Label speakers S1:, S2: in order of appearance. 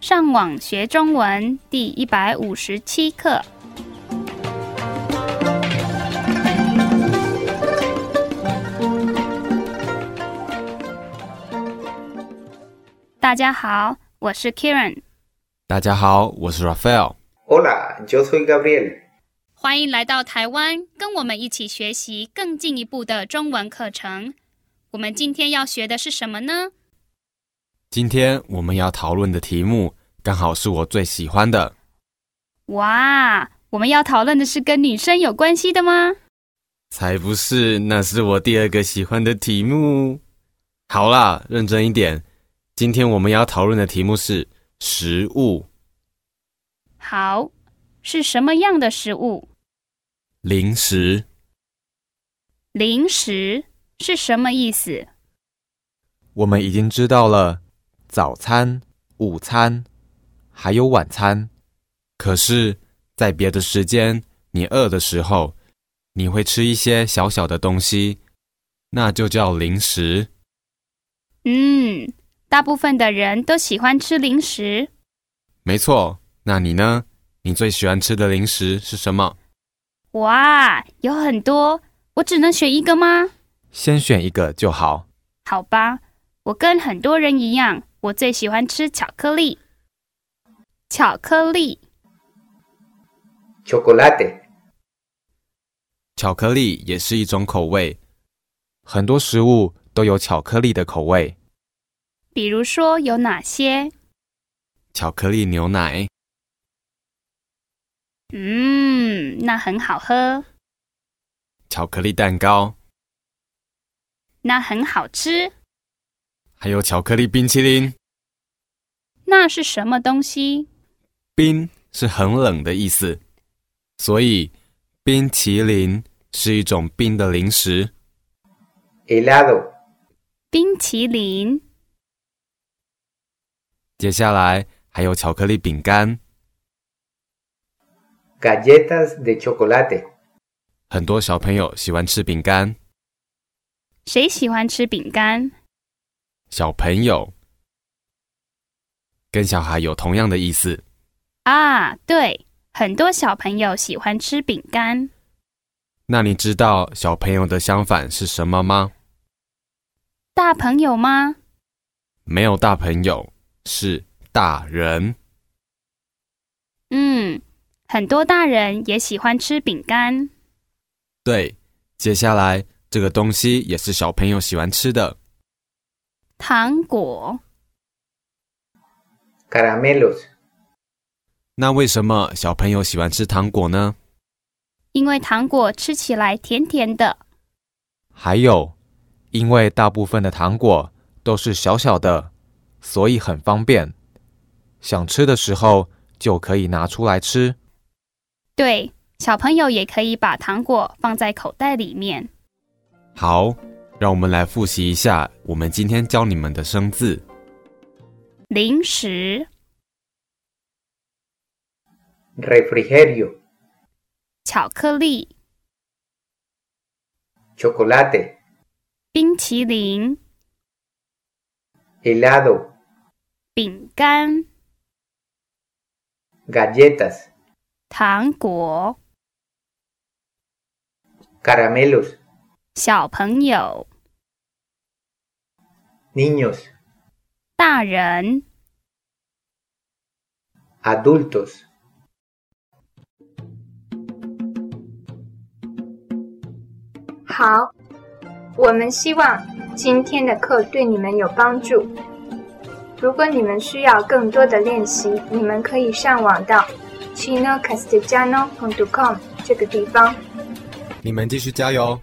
S1: 上网学中文第一百五十七课。大家好，我是 Kieran，
S2: 大家好，我是 Raphael。
S3: Hola, yo soy Gabriel.
S1: 欢迎来到台湾，跟我们一起学习更进一步的中文课程。我们今天要学的是什么呢？
S2: 今天我们要讨论的题目刚好是我最喜欢的。
S1: 哇，我们要讨论的是跟女生有关系的吗？
S2: 才不是，那是我第二个喜欢的题目。好啦，认真一点。今天我们要讨论的题目是食物，
S1: 好，是什么样的食物？
S2: 零食。
S1: 零食是什么意思？
S2: 我们已经知道了早餐、午餐，还有晚餐。可是，在别的时间，你饿的时候，你会吃一些小小的东西，那就叫零食。
S1: 嗯，大部分的人都喜欢吃零食。
S2: 没错，那你呢？你最喜欢吃的零食是什么？
S1: 哇，有很多，我只能选一个吗？
S2: 先选一个就好。
S1: 好吧，我跟很多人一样，我最喜欢吃巧克力。巧克力，
S3: Chocolate.
S2: 巧克力也是一种口味，很多食物都有巧克力的口味。
S1: 比如说有哪些？
S2: 巧克力牛奶、
S1: 嗯，那很好喝，
S2: 巧克力蛋糕，
S1: 那很好吃，
S2: 还有巧克力冰淇淋。
S1: 那是什么东西？
S2: 冰是很冷的意思，所以冰淇淋是一种冰的零食。
S3: Helado.
S1: 冰淇淋。
S2: 接下来还有巧克力饼干，
S3: Galletas de chocolate.
S2: 很多小朋友喜欢吃饼干。
S1: 谁喜欢吃饼干？
S2: 小朋友跟小孩有同样的意思。
S1: 啊，对，很多小朋友喜欢吃饼干。
S2: 那你知道小朋友的相反是什么吗？
S1: 大朋友吗？
S2: 没有大朋友，是大人。
S1: 嗯，很多大人也喜欢吃饼干。
S2: 对，接下来这个东西也是小朋友喜欢吃的，
S1: 糖果，
S3: Caramelos.
S2: 那为什么小朋友喜欢吃糖果呢？
S1: 因为糖果吃起来甜甜的。
S2: 还有，因为大部分的糖果都是小小的，所以很方便，想吃的时候就可以拿出来吃。
S1: 对，小朋友也可以把糖果放在口袋里面。
S2: 好，让我们来复习一下我们今天教你们的生字：
S1: 零食、
S3: Refrigerio.
S1: 巧克力、
S3: Chocolate.
S1: 冰淇淋、
S3: Helado.
S1: 饼干、
S3: Galletas.
S1: 糖果、
S3: Caramelos.
S1: 小朋友、
S3: Niños.
S1: 大人。
S3: Adultos.
S4: 好，我们希望今天的课对你们有帮助。如果你们需要更多的练习，你们可以上网到 chinocastellano.com 这个地方。
S2: 你们继续加油，